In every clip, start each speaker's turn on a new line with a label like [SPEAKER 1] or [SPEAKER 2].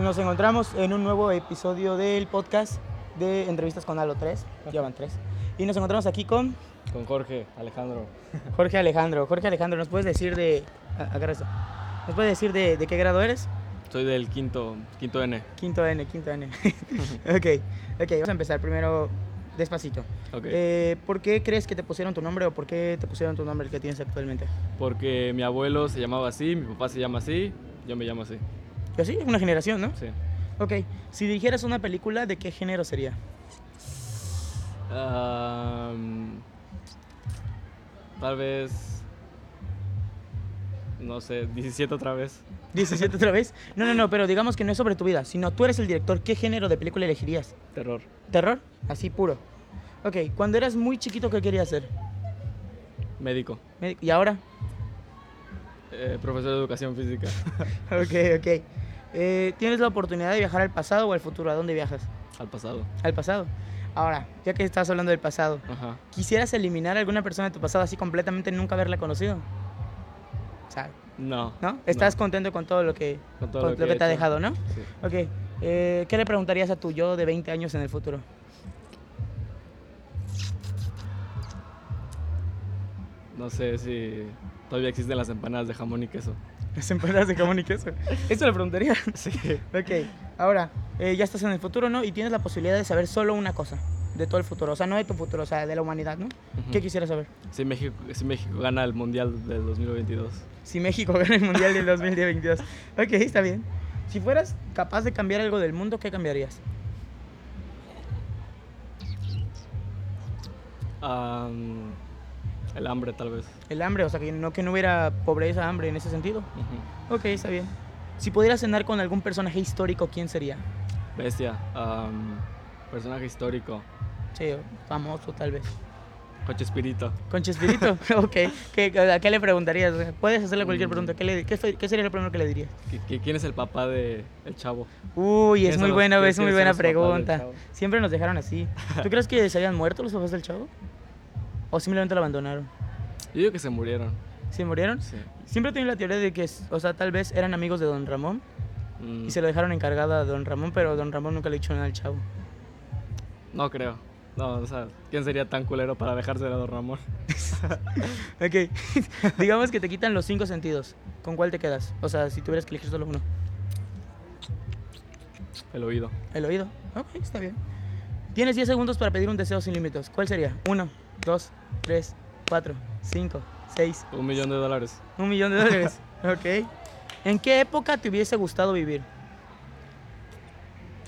[SPEAKER 1] Nos encontramos en un nuevo episodio del podcast de entrevistas con Halo 3, llevan 3. Y nos encontramos aquí con
[SPEAKER 2] Con Jorge, Alejandro.
[SPEAKER 1] Jorge Alejandro. Jorge Alejandro, ¿nos puedes decir de... a- agarra esto. ¿Nos puedes decir de, de qué grado eres?
[SPEAKER 2] Soy del quinto, quinto N.
[SPEAKER 1] Quinto N, quinto N. ok, ok, vamos a empezar primero despacito.
[SPEAKER 2] Ok.
[SPEAKER 1] Eh, ¿Por qué crees que te pusieron tu nombre o por qué te pusieron tu nombre el que tienes actualmente?
[SPEAKER 2] Porque mi abuelo se llamaba así, mi papá se llama así, yo me llamo así.
[SPEAKER 1] Yo sí, una generación, ¿no?
[SPEAKER 2] Sí.
[SPEAKER 1] Ok, si dirigieras una película, ¿de qué género sería?
[SPEAKER 2] Am, tal vez. No sé, 17 otra vez.
[SPEAKER 1] 17 otra vez. No, no, no, pero digamos que no es sobre tu vida, sino tú eres el director, ¿qué género de película elegirías?
[SPEAKER 2] Terror.
[SPEAKER 1] ¿Terror? Así puro. Ok, cuando eras muy chiquito, ¿qué querías ser?
[SPEAKER 2] Médico.
[SPEAKER 1] Médico. ¿Y ahora?
[SPEAKER 2] Eh, profesor de educación física.
[SPEAKER 1] Ok, ok. Eh, ¿Tienes la oportunidad de viajar al pasado o al futuro? ¿A dónde viajas?
[SPEAKER 2] Al pasado.
[SPEAKER 1] Al pasado. Ahora, ya que estás hablando del pasado,
[SPEAKER 2] Ajá.
[SPEAKER 1] ¿quisieras eliminar a alguna persona de tu pasado así completamente y nunca haberla conocido? O sea,
[SPEAKER 2] No.
[SPEAKER 1] ¿no? ¿Estás contento con todo lo que,
[SPEAKER 2] Con todo
[SPEAKER 1] con
[SPEAKER 2] lo que
[SPEAKER 1] lo que
[SPEAKER 2] he
[SPEAKER 1] te ha
[SPEAKER 2] hecho.
[SPEAKER 1] dejado, no?
[SPEAKER 2] Sí.
[SPEAKER 1] Ok, eh, ¿qué le preguntarías a tu yo de 20 años en el futuro?
[SPEAKER 2] No sé si todavía existen las empanadas de jamón y queso.
[SPEAKER 1] Las empanadas de jamón y queso. Eso le preguntaría.
[SPEAKER 2] Sí.
[SPEAKER 1] Ok, ahora, eh, ya estás en el futuro, ¿no? Y tienes la posibilidad de saber solo una cosa de todo el futuro. O sea, no de tu futuro, o sea, de la humanidad, ¿no? ¿Qué quisieras saber?
[SPEAKER 2] Si México, si México gana el Mundial del 2022.
[SPEAKER 1] Si México gana el Mundial del 2022. Ok, está bien. Si fueras capaz de cambiar algo del mundo, ¿qué cambiarías?
[SPEAKER 2] Am, el hambre, tal vez.
[SPEAKER 1] El hambre, o sea, que no, que no hubiera pobreza, hambre en ese sentido. Ok, está bien. Si pudieras cenar con algún personaje histórico, ¿quién sería?
[SPEAKER 2] Bestia. am, personaje histórico.
[SPEAKER 1] Sí, famoso tal vez.
[SPEAKER 2] Coche espíritu.
[SPEAKER 1] Con Chespirito. ok. ¿Qué, ¿A qué le preguntarías? Puedes hacerle cualquier
[SPEAKER 2] Mm.
[SPEAKER 1] pregunta. ¿Qué, le- qué fue- qué sería lo primero que le dirías?
[SPEAKER 2] ¿Qui- qui- ¿Quién es el papá de el chavo?
[SPEAKER 1] Uy, es
[SPEAKER 2] ¿Quiénes
[SPEAKER 1] muy
[SPEAKER 2] son los-
[SPEAKER 1] buena,
[SPEAKER 2] quiénes
[SPEAKER 1] es muy
[SPEAKER 2] son
[SPEAKER 1] buena
[SPEAKER 2] los papás del
[SPEAKER 1] pregunta.
[SPEAKER 2] chavo?
[SPEAKER 1] Siempre nos dejaron así. ¿Tú crees que se habían muerto los papás del chavo? ¿O simplemente lo abandonaron?
[SPEAKER 2] Yo digo que se murieron.
[SPEAKER 1] ¿Se murieron?
[SPEAKER 2] Sí.
[SPEAKER 1] Siempre he tenido la teoría de que, es- o sea, tal vez eran amigos de Don Ramón
[SPEAKER 2] Mm,
[SPEAKER 1] y se lo dejaron encargada a Don Ramón, pero Don Ramón nunca le echó nada al chavo.
[SPEAKER 2] No creo. No, o sea, ¿quién sería tan culero para dejarse de lado Ramón?
[SPEAKER 1] Ok. Digamos que te quitan los cinco sentidos. ¿Con cuál te quedas? O sea, si tuvieras que elegir solo uno.
[SPEAKER 2] El oído.
[SPEAKER 1] El oído. Ok, está bien. Tienes 10 segundos para pedir un deseo sin límites. ¿Cuál sería? 1, 2, 3, 4, 5, 6,
[SPEAKER 2] Un millón de dólares.
[SPEAKER 1] un millón de dólares. ok. ¿En qué época te hubiese gustado vivir?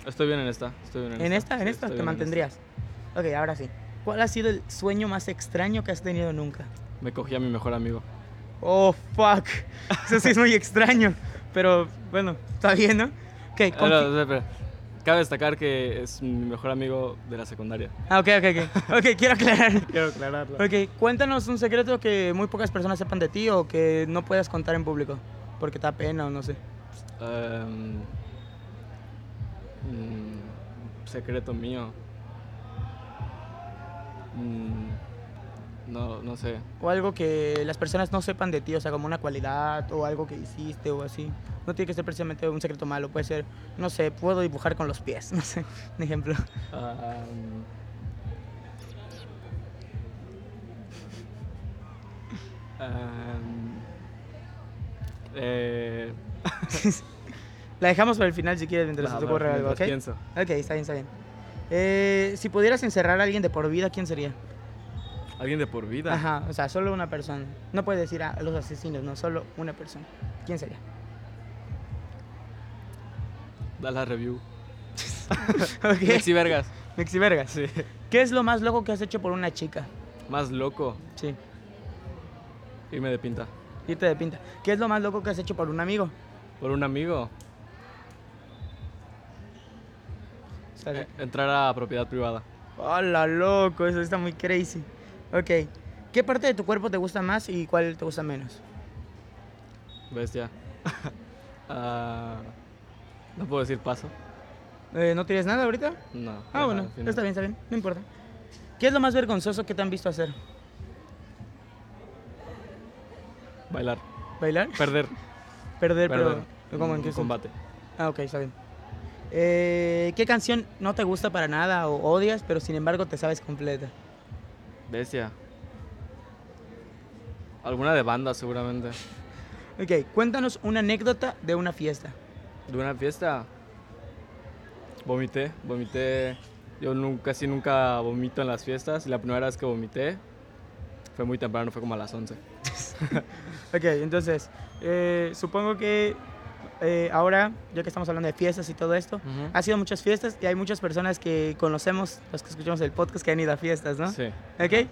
[SPEAKER 2] Estoy bien en esta. Estoy bien en,
[SPEAKER 1] ¿En esta? ¿En
[SPEAKER 2] Sí,
[SPEAKER 1] esta?
[SPEAKER 2] estoy
[SPEAKER 1] ¿Te
[SPEAKER 2] bien en esta.
[SPEAKER 1] mantendrías? Ok, ahora sí. ¿Cuál ha sido el sueño más extraño que has tenido nunca?
[SPEAKER 2] Me cogí a mi mejor amigo.
[SPEAKER 1] Oh, fuck. Eso sí es muy extraño. Pero bueno, está bien, ¿no? Ok,
[SPEAKER 2] Ah, no,
[SPEAKER 1] confi-
[SPEAKER 2] espera, espera. Cabe destacar que es mi mejor amigo de la secundaria.
[SPEAKER 1] Ah, ok, ok, ok. Ok, quiero aclarar.
[SPEAKER 2] Quiero aclararlo.
[SPEAKER 1] Ok, cuéntanos un secreto que muy pocas personas sepan de ti o que no puedas contar en público. Porque te da pena o no sé.
[SPEAKER 2] Em, mm, secreto mío. Mm, no, no sé.
[SPEAKER 1] O algo que las personas no sepan de ti, o sea, como una cualidad o algo que hiciste o así. No tiene que ser precisamente un secreto malo, puede ser, no sé, puedo dibujar con los pies, no sé, un ejemplo.
[SPEAKER 2] Am, am, em, eh,
[SPEAKER 1] La dejamos para el final si quieres mientras
[SPEAKER 2] va,
[SPEAKER 1] se te
[SPEAKER 2] va,
[SPEAKER 1] ocurre algo, ¿ok?
[SPEAKER 2] mientras pienso.
[SPEAKER 1] Ok, está bien, está bien. Eh, si pudieras encerrar a alguien de por vida, ¿quién sería?
[SPEAKER 2] Alguien de por vida.
[SPEAKER 1] Ajá, o sea, solo una persona. No puedes decir a los asesinos, no, solo una persona. ¿Quién sería?
[SPEAKER 2] Da la review.
[SPEAKER 1] Ok.
[SPEAKER 2] Mexi Vergas.
[SPEAKER 1] Mexi Vergas.
[SPEAKER 2] Sí.
[SPEAKER 1] ¿Qué es lo más loco que has hecho por una chica?
[SPEAKER 2] Más loco.
[SPEAKER 1] Sí,
[SPEAKER 2] Irme de pinta.
[SPEAKER 1] irte de pinta. ¿Qué es lo más loco que has hecho por un amigo?
[SPEAKER 2] Por un amigo.
[SPEAKER 1] O sea,
[SPEAKER 2] eh, Entrar a propiedad privada.
[SPEAKER 1] Hola, loco, eso está muy crazy. Ok, ¿qué parte de tu cuerpo te gusta más y cuál te gusta menos?
[SPEAKER 2] Bestia. Ah, no puedo decir paso.
[SPEAKER 1] Eh, ¿No tienes nada ahorita?
[SPEAKER 2] No.
[SPEAKER 1] Ah, bueno, está bien, está bien, no importa. ¿Qué es lo más vergonzoso que te han visto hacer?
[SPEAKER 2] Bailar.
[SPEAKER 1] ¿Bailar?
[SPEAKER 2] Perder.
[SPEAKER 1] Perder, pero...
[SPEAKER 2] Un
[SPEAKER 1] ¿Cómo en qué sentido?
[SPEAKER 2] combate.
[SPEAKER 1] Ah, ok, está bien. Eh, ¿Qué canción no te gusta para nada o odias, pero sin embargo te sabes completa?
[SPEAKER 2] Bestia. Alguna de banda, seguramente.
[SPEAKER 1] Ok, cuéntanos una anécdota de una fiesta.
[SPEAKER 2] De una fiesta. Vomité, vomité. Yo nunca, casi nunca vomito en las fiestas. Y la primera vez que vomité fue muy temprano, fue como a las 11.
[SPEAKER 1] Ok, entonces, eh, supongo que eh, ahora, ya que estamos hablando de fiestas y todo esto, ha sido muchas fiestas y hay muchas personas que conocemos, los que escuchamos el podcast, que han ido a fiestas, ¿no?
[SPEAKER 2] Sí.
[SPEAKER 1] ¿Ok?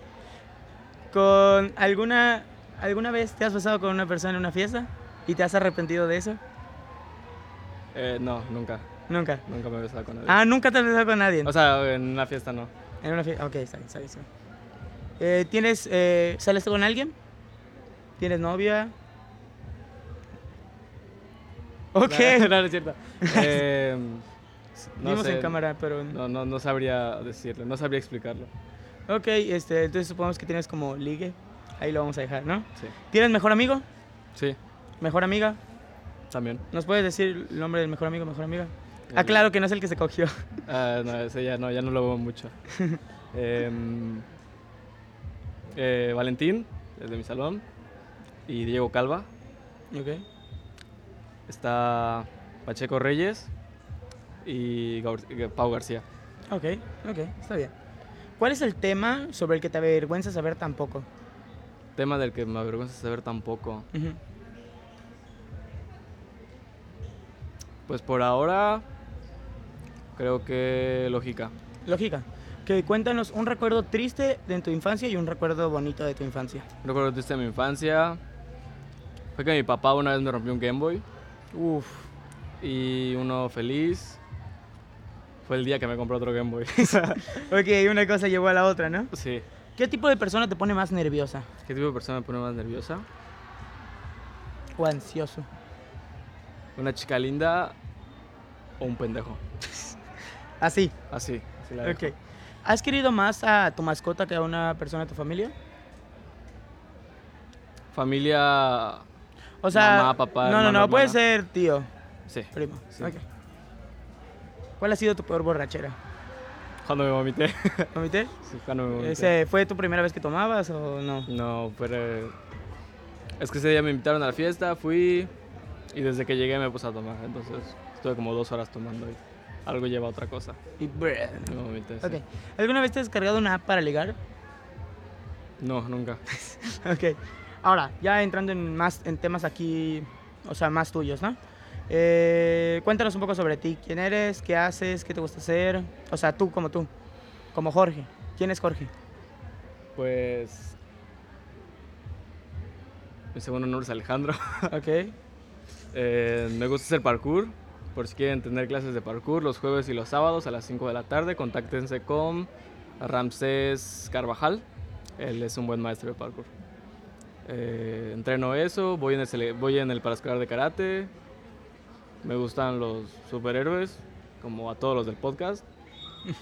[SPEAKER 1] ¿Con alguna, ¿Alguna vez te has pasado con una persona en una fiesta y te has arrepentido de eso?
[SPEAKER 2] Eh, no, nunca.
[SPEAKER 1] Nunca.
[SPEAKER 2] Nunca me he besado con nadie.
[SPEAKER 1] Ah, nunca te has besado con nadie.
[SPEAKER 2] O sea, en una fiesta no.
[SPEAKER 1] en una fiesta. Ok, está bien, está bien, está bien. Eh, ¿Tienes. eh, ¿Sales con alguien? ¿Tienes novia? Ok.
[SPEAKER 2] No, no, no es cierto. Eh, no
[SPEAKER 1] Vimos
[SPEAKER 2] sé,
[SPEAKER 1] en cámara, pero.
[SPEAKER 2] No, no, no sabría decirlo, no sabría explicarlo.
[SPEAKER 1] Ok, este, entonces supongamos que tienes como ligue. Ahí lo vamos a dejar, ¿no?
[SPEAKER 2] Sí.
[SPEAKER 1] ¿Tienes mejor amigo?
[SPEAKER 2] Sí,
[SPEAKER 1] ¿Mejor amiga?
[SPEAKER 2] también.
[SPEAKER 1] ¿Nos puedes decir el nombre del mejor amigo, mejor amiga?
[SPEAKER 2] El-
[SPEAKER 1] Ah, claro que no es el que se cogió.
[SPEAKER 2] Ah, no, ese ya no, ya no lo veo mucho. Em, eh, Valentín, el de mi salón. Y Diego Calva.
[SPEAKER 1] Ok.
[SPEAKER 2] Está Pacheco Reyes. Y Gaur- eh, Pau García.
[SPEAKER 1] Ok, ok, está bien. ¿Cuál es el tema sobre el que te avergüenza saber tan poco?
[SPEAKER 2] Tema del que me avergüenza saber tampoco.
[SPEAKER 1] Ujú.
[SPEAKER 2] Pues por ahora, creo que lógica.
[SPEAKER 1] Lógica. Que cuéntanos un recuerdo triste de tu infancia y un recuerdo bonito de tu infancia.
[SPEAKER 2] Recuerdo triste de mi infancia. Fue que mi papá una vez me rompió un Game Boy.
[SPEAKER 1] Uf.
[SPEAKER 2] Y uno feliz. Fue el día que me compró otro Game Boy.
[SPEAKER 1] Ok, una cosa llevó a la otra, ¿no?
[SPEAKER 2] sí.
[SPEAKER 1] ¿Qué tipo de persona te pone más nerviosa
[SPEAKER 2] ¿Qué tipo de persona me pone más nerviosa?
[SPEAKER 1] o ansioso?
[SPEAKER 2] ¿Una chica linda o un pendejo?
[SPEAKER 1] Así.
[SPEAKER 2] Así. así la dejo.
[SPEAKER 1] Ok. ¿Has querido más a tu mascota que a una persona de tu familia?
[SPEAKER 2] Familia.
[SPEAKER 1] O sea,
[SPEAKER 2] Mamá, papá,
[SPEAKER 1] no, no,
[SPEAKER 2] hermano,
[SPEAKER 1] no, puede
[SPEAKER 2] hermana.
[SPEAKER 1] ser tío,
[SPEAKER 2] Sí.
[SPEAKER 1] primo.
[SPEAKER 2] Sí.
[SPEAKER 1] Ok. ¿Cuál ha sido tu peor borrachera?
[SPEAKER 2] Cuando me vomité.
[SPEAKER 1] ¿Vomité?
[SPEAKER 2] Sí, cuando me vomité.
[SPEAKER 1] Ese, ¿Fue tu primera vez que tomabas o no?
[SPEAKER 2] No, pero. Es que ese día me invitaron a la fiesta, fui. Y desde que llegué me puse a tomar. Entonces estuve como dos horas tomando y algo lleva a otra cosa.
[SPEAKER 1] Y brr.
[SPEAKER 2] Me vomité. sí.
[SPEAKER 1] Ok. ¿Alguna vez te has descargado una app para ligar?
[SPEAKER 2] No, nunca.
[SPEAKER 1] Ok. Ahora, ya entrando en más en temas aquí, o sea, más tuyos, ¿no? Eh, cuéntanos un poco sobre ti. ¿Quién eres? ¿Qué haces? ¿Qué te gusta hacer? O sea, tú como tú. Como Jorge. ¿Quién es Jorge?
[SPEAKER 2] Pues. Mi segundo nombre es Alejandro.
[SPEAKER 1] Ok.
[SPEAKER 2] Eh, me gusta hacer parkour. Por si quieren tener clases de parkour los jueves y los sábados a las 5 de la tarde, contáctense con Ramsés Carvajal. Él es un buen maestro de parkour. Eh, entreno eso, voy en el, sele- voy en el paraescolar de karate. Me gustan los superhéroes, como a todos los del podcast.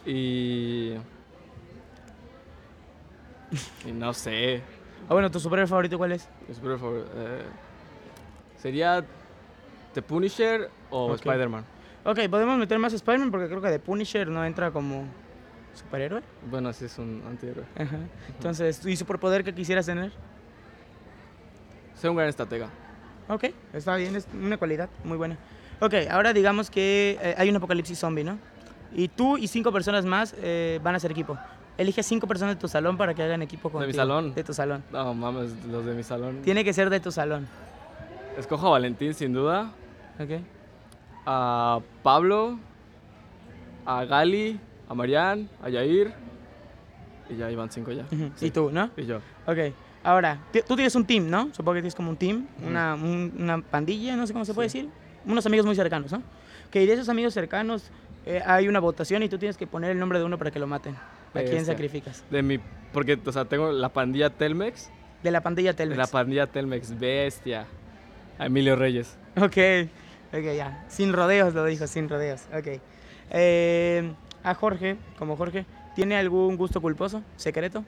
[SPEAKER 2] Y. Y no sé.
[SPEAKER 1] Ah, bueno, ¿tu superhéroe favorito cuál es?
[SPEAKER 2] Mi superhéroe favor- eh, sería The Punisher o
[SPEAKER 1] Ok.
[SPEAKER 2] Spider-Man.
[SPEAKER 1] Ok, podemos meter más Spider-Man porque creo que The Punisher no entra como superhéroe.
[SPEAKER 2] Bueno, así es un antihéroe.
[SPEAKER 1] Ajá. Entonces, ¿y superpoder que quisieras tener?
[SPEAKER 2] Ser un gran estratega.
[SPEAKER 1] Ok, está bien, es una cualidad muy buena. Ok, ahora digamos que eh, hay un apocalipsis zombie, ¿no? Y tú y cinco personas más eh, van a ser equipo. Elige cinco personas de tu salón para que hagan equipo contigo.
[SPEAKER 2] salón?
[SPEAKER 1] De tu salón.
[SPEAKER 2] No mames, los de mi salón.
[SPEAKER 1] Tiene que ser de tu salón,
[SPEAKER 2] Escojo a Valentín sin duda,
[SPEAKER 1] ¿ok?
[SPEAKER 2] a Pablo, a Gali, a Marian, a Yair. Y ya iban cinco ya.
[SPEAKER 1] Ujú,
[SPEAKER 2] Sí.
[SPEAKER 1] Y tú, ¿no?
[SPEAKER 2] Y yo.
[SPEAKER 1] Ok, ahora, ti- tú tienes un team, ¿no? Supongo que tienes como un team,
[SPEAKER 2] Ujú.
[SPEAKER 1] una, un- una pandilla, no sé cómo se puede decir. Unos amigos muy cercanos, ¿no? Que de esos amigos cercanos eh, hay una votación y tú tienes que poner el nombre de uno para que lo maten. ¿A quién
[SPEAKER 2] Bestia.
[SPEAKER 1] sacrificas?
[SPEAKER 2] De mi. Porque, o sea, tengo la pandilla Telmex.
[SPEAKER 1] De la pandilla Telmex.
[SPEAKER 2] La pandilla Telmex, bestia. A Emilio Reyes.
[SPEAKER 1] Ok, ok, ya. Sin rodeos lo dijo, sin rodeos. Ok. Eh, a Jorge, como Jorge, ¿tiene algún gusto culposo, secreto?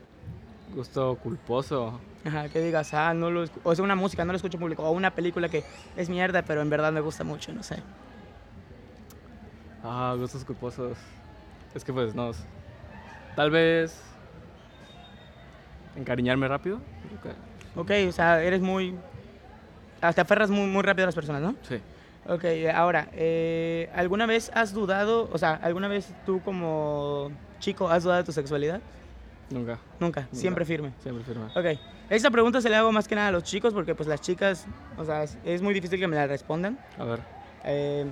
[SPEAKER 2] Gusto culposo.
[SPEAKER 1] Ajá, que digas, ah, no lo escu- O sea, una música, no lo escucho en público. O una película que es mierda, pero en verdad me gusta mucho, no sé.
[SPEAKER 2] Ah, gustos culposos. Es que pues no. Tal vez. Encariñarme rápido. Ok.
[SPEAKER 1] Ok, o sea, eres muy... Te aferras muy, muy rápido a las personas, ¿no?
[SPEAKER 2] Sí.
[SPEAKER 1] Ok, ahora, eh, ¿alguna vez has dudado, o sea, alguna vez tú como chico has dudado de tu sexualidad?
[SPEAKER 2] Nunca.
[SPEAKER 1] Nunca, siempre firme.
[SPEAKER 2] Siempre firme.
[SPEAKER 1] Ok, esa pregunta se le hago más que nada a los chicos porque pues las chicas, o sea, es- es muy difícil que me la respondan.
[SPEAKER 2] A ver.
[SPEAKER 1] Eh,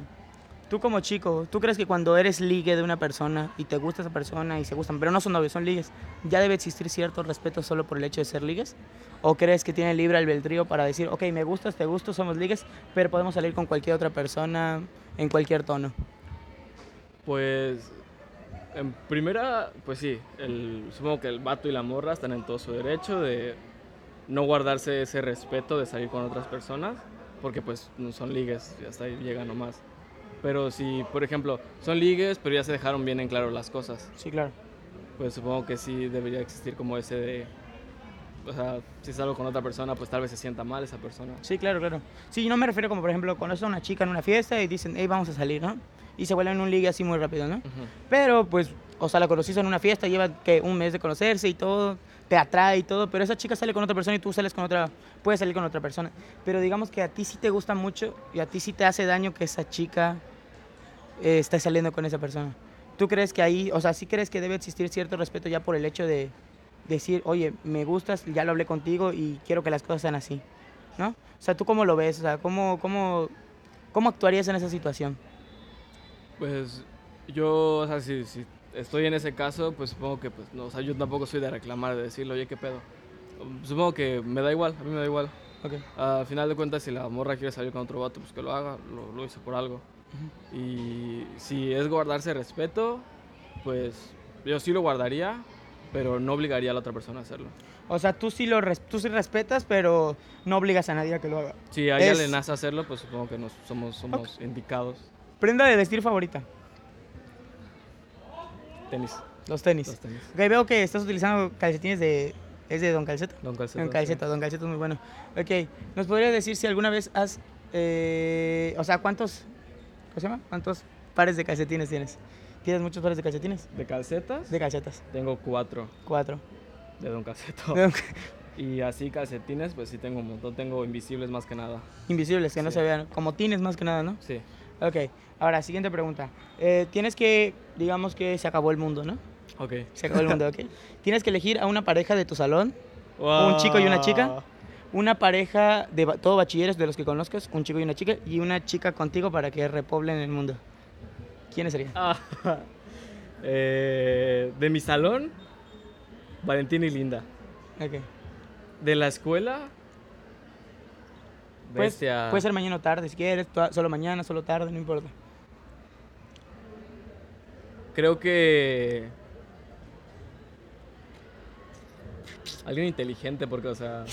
[SPEAKER 1] tú como chico, ¿tú crees que cuando eres ligue de una persona y te gusta esa persona y se gustan, pero no son novios, son ligues, ya debe existir cierto respeto solo por el hecho de ser ligues? ¿O crees que tiene libre albedrío para decir, ok, me gustas, te gusto, somos ligues, pero podemos salir con cualquier otra persona en cualquier tono?
[SPEAKER 2] Pues. En primera, pues sí. el- supongo que el vato y la morra están en todo su derecho de no guardarse ese respeto de salir con otras personas. Porque pues no son ligues, y hasta ahí llegan nomás. Pero si, por ejemplo, son ligues, pero ya se dejaron bien en claro las cosas.
[SPEAKER 1] Sí, claro.
[SPEAKER 2] Pues supongo que sí debería existir como ese de. O sea, si salgo con otra persona, pues tal vez se sienta mal esa persona.
[SPEAKER 1] Sí, claro, claro. Sí, no me refiero como, por ejemplo, conoces a una chica en una fiesta y dicen, hey, vamos a salir, ¿no? Y se vuelven un ligue así muy rápido, ¿no? Pero pues, o sea, la conociste en una fiesta, lleva que un mes de conocerse y todo, te atrae y todo, pero esa chica sale con otra persona y tú sales con otra, puedes salir con otra persona. Pero digamos que a ti sí te gusta mucho y a ti sí te hace daño que esa chica eh, esté saliendo con esa persona. ¿Tú crees que ahí, o sea, sí crees que debe existir cierto respeto ya por el hecho de decir, oye, me gustas, ya lo hablé contigo y quiero que las cosas sean así, ¿no? O sea, ¿tú cómo lo ves? O sea, ¿cómo, cómo, cómo actuarías en esa situación?
[SPEAKER 2] Pues yo, o sea, si, si estoy en ese caso, pues supongo que, pues, no, o sea, yo tampoco soy de reclamar, de decirle, oye, qué pedo. Um, Supongo que me da igual, a mí me da igual. Al final de cuentas, si la morra quiere salir con otro vato, pues que lo haga, lo, lo hizo por algo. Y si es guardarse respeto, pues yo sí lo guardaría, pero no obligaría a la otra persona a hacerlo.
[SPEAKER 1] O sea, tú sí, lo res- tú sí respetas, pero no obligas a nadie a que lo haga.
[SPEAKER 2] Si a ella
[SPEAKER 1] Es-
[SPEAKER 2] le nace hacerlo, pues supongo que nos, somos, somos indicados.
[SPEAKER 1] Prenda de vestir favorita,
[SPEAKER 2] Tenis.
[SPEAKER 1] los tenis.
[SPEAKER 2] Los tenis.
[SPEAKER 1] Ok, veo que estás utilizando calcetines de... ¿Es de Don Calceta?
[SPEAKER 2] Don Calceta.
[SPEAKER 1] Don
[SPEAKER 2] sí.
[SPEAKER 1] Calceta, Don Calceta es muy bueno. Ok, ¿nos podrías decir si alguna vez has... eh, o sea, ¿cuántos... ¿Cómo se llama? ¿Cuántos pares de calcetines tienes? ¿Tienes muchos pares de calcetines?
[SPEAKER 2] ¿De calcetas?
[SPEAKER 1] De calcetas,
[SPEAKER 2] Tengo cuatro
[SPEAKER 1] cuatro.
[SPEAKER 2] de Don Calceto.
[SPEAKER 1] De don-
[SPEAKER 2] Y así calcetines, pues sí tengo un montón. Tengo invisibles más que nada.
[SPEAKER 1] Invisibles, que no
[SPEAKER 2] Sí.
[SPEAKER 1] se vean. Como tines más que nada, ¿no?
[SPEAKER 2] Sí.
[SPEAKER 1] Ok, ahora, siguiente pregunta. Eh, tienes que... Digamos que se acabó el mundo, ¿no?
[SPEAKER 2] Ok.
[SPEAKER 1] Se acabó el mundo, ok. Tienes que elegir a una pareja de tu salón, ¿Un chico y una chica?
[SPEAKER 2] Wow.
[SPEAKER 1] una pareja de ba- todo bachilleres de los que conozcas, un chico y una chica, y una chica contigo para que repoblen el mundo. ¿Quiénes serían?
[SPEAKER 2] Ah, eh, de mi salón, Valentina y Linda.
[SPEAKER 1] Ok.
[SPEAKER 2] De la escuela,
[SPEAKER 1] Puedes,
[SPEAKER 2] Bestia.
[SPEAKER 1] puede ser mañana o tarde, si quieres, toda- solo mañana, solo tarde, no importa.
[SPEAKER 2] Creo que. Alguien inteligente, porque, o sea,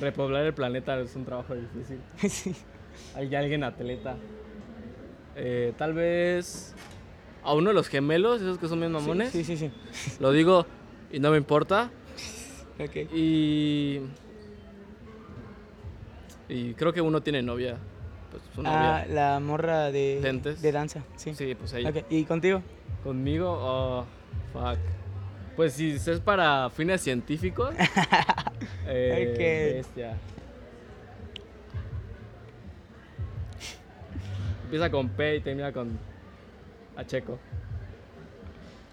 [SPEAKER 2] repoblar el planeta es un trabajo difícil.
[SPEAKER 1] Sí.
[SPEAKER 2] Hay alguien atleta. Eh, tal vez. A uno de los gemelos, esos que son bien mamones.
[SPEAKER 1] Sí, sí, sí.
[SPEAKER 2] Lo digo y no me importa.
[SPEAKER 1] Ok.
[SPEAKER 2] Y. Y creo que uno tiene novia. Pues su
[SPEAKER 1] Ah,
[SPEAKER 2] novia.
[SPEAKER 1] la morra de,
[SPEAKER 2] Lentes.
[SPEAKER 1] de danza, sí.
[SPEAKER 2] Sí, pues ella.
[SPEAKER 1] Ok, ¿Y contigo?
[SPEAKER 2] Conmigo, oh, fuck. Pues si es para fines científicos. eh,
[SPEAKER 1] Ok.
[SPEAKER 2] bestia. Empieza con P y termina con Acheco.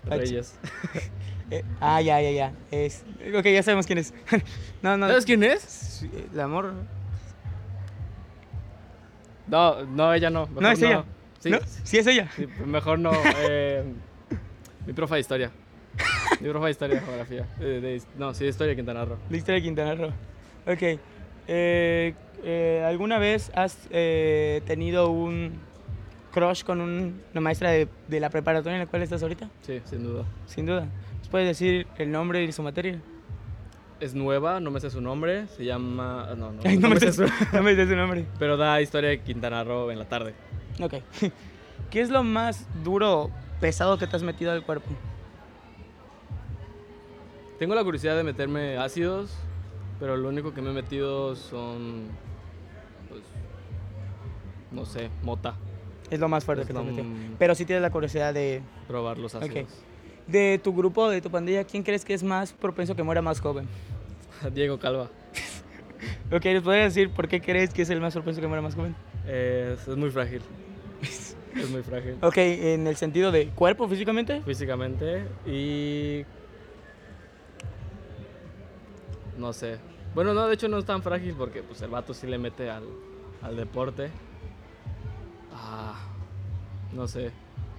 [SPEAKER 1] Ach-
[SPEAKER 2] Reyes.
[SPEAKER 1] Eh, ah, ya, ya, ya. Es, ok, ya sabemos quién es. no, no.
[SPEAKER 2] ¿Sabes quién es?
[SPEAKER 1] Sí, La morra.
[SPEAKER 2] No, no, ella no. mejor
[SPEAKER 1] es ella.
[SPEAKER 2] Sí,
[SPEAKER 1] ¿No? Sí, es ella.
[SPEAKER 2] sí, mejor no. eh, mi profa de historia. Mi profa de historia de geografía. eh, de- no, sí, de historia de Quintana Roo.
[SPEAKER 1] La historia de Quintana Roo. Ok. eh, eh, ¿Alguna vez has eh, tenido un crush con un- una maestra de, de la preparatoria en la cual estás ahorita?
[SPEAKER 2] Sí, sin duda.
[SPEAKER 1] Sin duda. ¿Nos puedes decir el nombre y su materia?
[SPEAKER 2] Es nueva, no me sé su nombre. Se llama. ah, No, no,
[SPEAKER 1] Ay, no, me
[SPEAKER 2] sé
[SPEAKER 1] sé, no me sé su nombre.
[SPEAKER 2] Pero da historia de Quintana Roo en la tarde.
[SPEAKER 1] Ok. ¿Qué es lo más duro, pesado que te has metido al cuerpo?
[SPEAKER 2] Tengo la curiosidad de meterme ácidos, pero lo único que me he metido son. Pues. No sé, mota.
[SPEAKER 1] Es lo más fuerte
[SPEAKER 2] Es
[SPEAKER 1] que
[SPEAKER 2] lo
[SPEAKER 1] te has metido.
[SPEAKER 2] m-
[SPEAKER 1] Pero sí tienes la curiosidad de,
[SPEAKER 2] probar los
[SPEAKER 1] Ok.
[SPEAKER 2] ácidos.
[SPEAKER 1] de tu grupo, de tu pandilla, ¿quién crees que es más propenso que muera más joven?
[SPEAKER 2] Diego Calva.
[SPEAKER 1] Ok, ¿les podrías decir por qué crees que es el más propenso que muera más joven?
[SPEAKER 2] Eh, es, es muy frágil. es muy frágil.
[SPEAKER 1] Ok, en el sentido de cuerpo, físicamente.
[SPEAKER 2] Físicamente y... No sé. Bueno, no, de hecho no es tan frágil porque pues el vato sí le mete al, al deporte. Ah, no sé.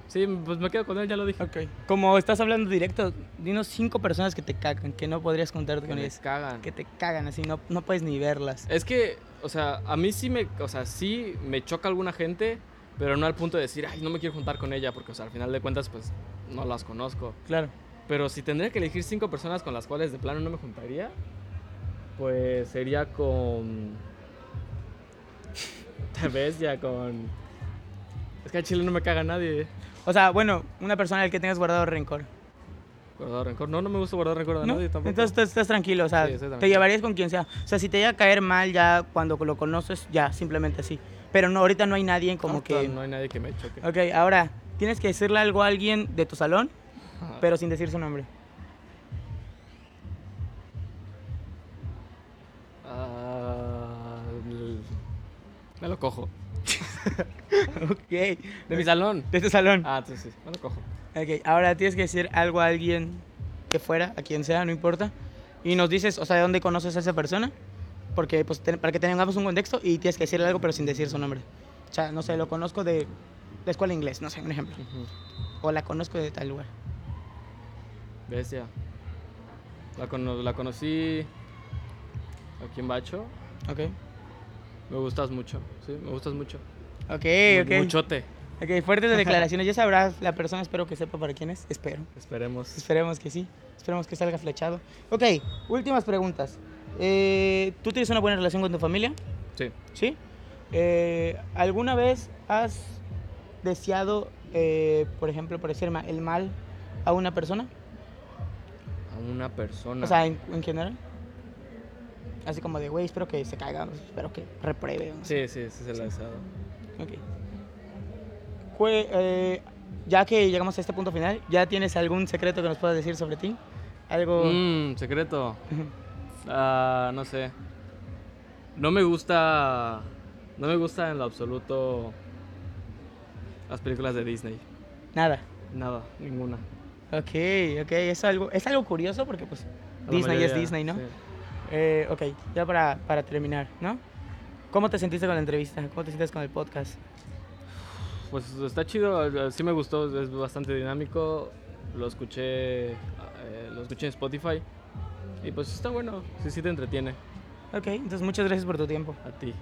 [SPEAKER 2] Sí, pues me quedo con él, ya lo dije.
[SPEAKER 1] Ok. Como estás hablando directo, dinos cinco personas que te cagan, que no podrías contarte
[SPEAKER 2] Que
[SPEAKER 1] con
[SPEAKER 2] me
[SPEAKER 1] ellas.
[SPEAKER 2] cagan.
[SPEAKER 1] Que te cagan así, no, no puedes ni verlas.
[SPEAKER 2] Es que, o sea, a mí sí me, o sea, sí me choca alguna gente, pero no al punto de decir, ay, no me quiero juntar con ella, porque, o sea, al final de cuentas, pues, no las conozco.
[SPEAKER 1] Claro.
[SPEAKER 2] Pero si tendría que elegir cinco personas con las cuales de plano no me juntaría, pues sería con... Tal vez ya con... Es que a Chile no me caga nadie.
[SPEAKER 1] O sea, bueno, una persona al que tengas guardado rencor.
[SPEAKER 2] Guardar rencor. No, no me gusta guardar rencor de
[SPEAKER 1] ¿no?
[SPEAKER 2] nadie tampoco.
[SPEAKER 1] Entonces tú estás tranquilo, o sea,
[SPEAKER 2] Sí, estoy
[SPEAKER 1] te
[SPEAKER 2] tranquilo.
[SPEAKER 1] llevarías con quien sea. O sea, si te llega a caer mal ya cuando lo conoces, ya, simplemente así. Pero no, ahorita no hay nadie como
[SPEAKER 2] Ahorita
[SPEAKER 1] que...
[SPEAKER 2] No hay nadie que me choque.
[SPEAKER 1] Ok, ahora, tienes que decirle algo a alguien de tu salón,
[SPEAKER 2] Ajá.
[SPEAKER 1] pero sin decir su nombre.
[SPEAKER 2] Ah, l- me lo cojo.
[SPEAKER 1] ok.
[SPEAKER 2] De mi salón.
[SPEAKER 1] De tu salón.
[SPEAKER 2] Ah, entonces sí, me lo cojo.
[SPEAKER 1] Ok, ahora tienes que decir algo a alguien que fuera, a quien sea, no importa. Y nos dices, o sea, de dónde conoces a esa persona. Porque, pues, ten- para que tengamos un contexto y tienes que decirle algo, pero sin decir su nombre. O sea, no sé, lo conozco de la escuela de inglés, no sé, un ejemplo. O la conozco de tal lugar.
[SPEAKER 2] Bestia. La, cono- la conocí aquí en Bacho.
[SPEAKER 1] Ok.
[SPEAKER 2] Me gustas mucho, sí, me gustas mucho.
[SPEAKER 1] Ok,
[SPEAKER 2] Mu-
[SPEAKER 1] ok.
[SPEAKER 2] Muchote.
[SPEAKER 1] Ok, fuertes declaraciones. Ya sabrás la persona, espero que sepa para quién es. Espero.
[SPEAKER 2] Esperemos.
[SPEAKER 1] Esperemos que sí. Esperemos que salga flechado. Ok, últimas preguntas. Eh, ¿Tú tienes una buena relación con tu familia?
[SPEAKER 2] Sí.
[SPEAKER 1] ¿Sí? Eh, ¿Alguna vez has deseado, eh, por ejemplo, por decir ma- el mal a una persona?
[SPEAKER 2] A una persona.
[SPEAKER 1] O sea, en, en general. Así como de, güey, espero que se caiga, espero que repruebe. ¿no?
[SPEAKER 2] sí, sí, sí, se la he deseado.
[SPEAKER 1] Ok. Cue- eh, ya que llegamos a este punto final, ¿ya tienes algún secreto que nos puedas decir sobre ti? Algo...
[SPEAKER 2] Mmm, secreto. Ah, no sé. No me gusta. No me gusta en lo absoluto las películas de Disney.
[SPEAKER 1] Nada.
[SPEAKER 2] Nada, ninguna.
[SPEAKER 1] Ok, ok, es algo, es algo curioso porque pues
[SPEAKER 2] La
[SPEAKER 1] Disney es
[SPEAKER 2] mayoría,
[SPEAKER 1] Disney, ¿no?
[SPEAKER 2] sí.
[SPEAKER 1] Eh, ok, ya para, para terminar, ¿no? ¿Cómo te sentiste con la entrevista? ¿Cómo te sientes con el podcast?
[SPEAKER 2] Pues está chido, eh, sí me gustó, es bastante dinámico. Lo escuché, eh, lo escuché en Spotify. Y pues está bueno, sí, sí te entretiene.
[SPEAKER 1] Ok, entonces muchas gracias por tu tiempo.
[SPEAKER 2] A ti.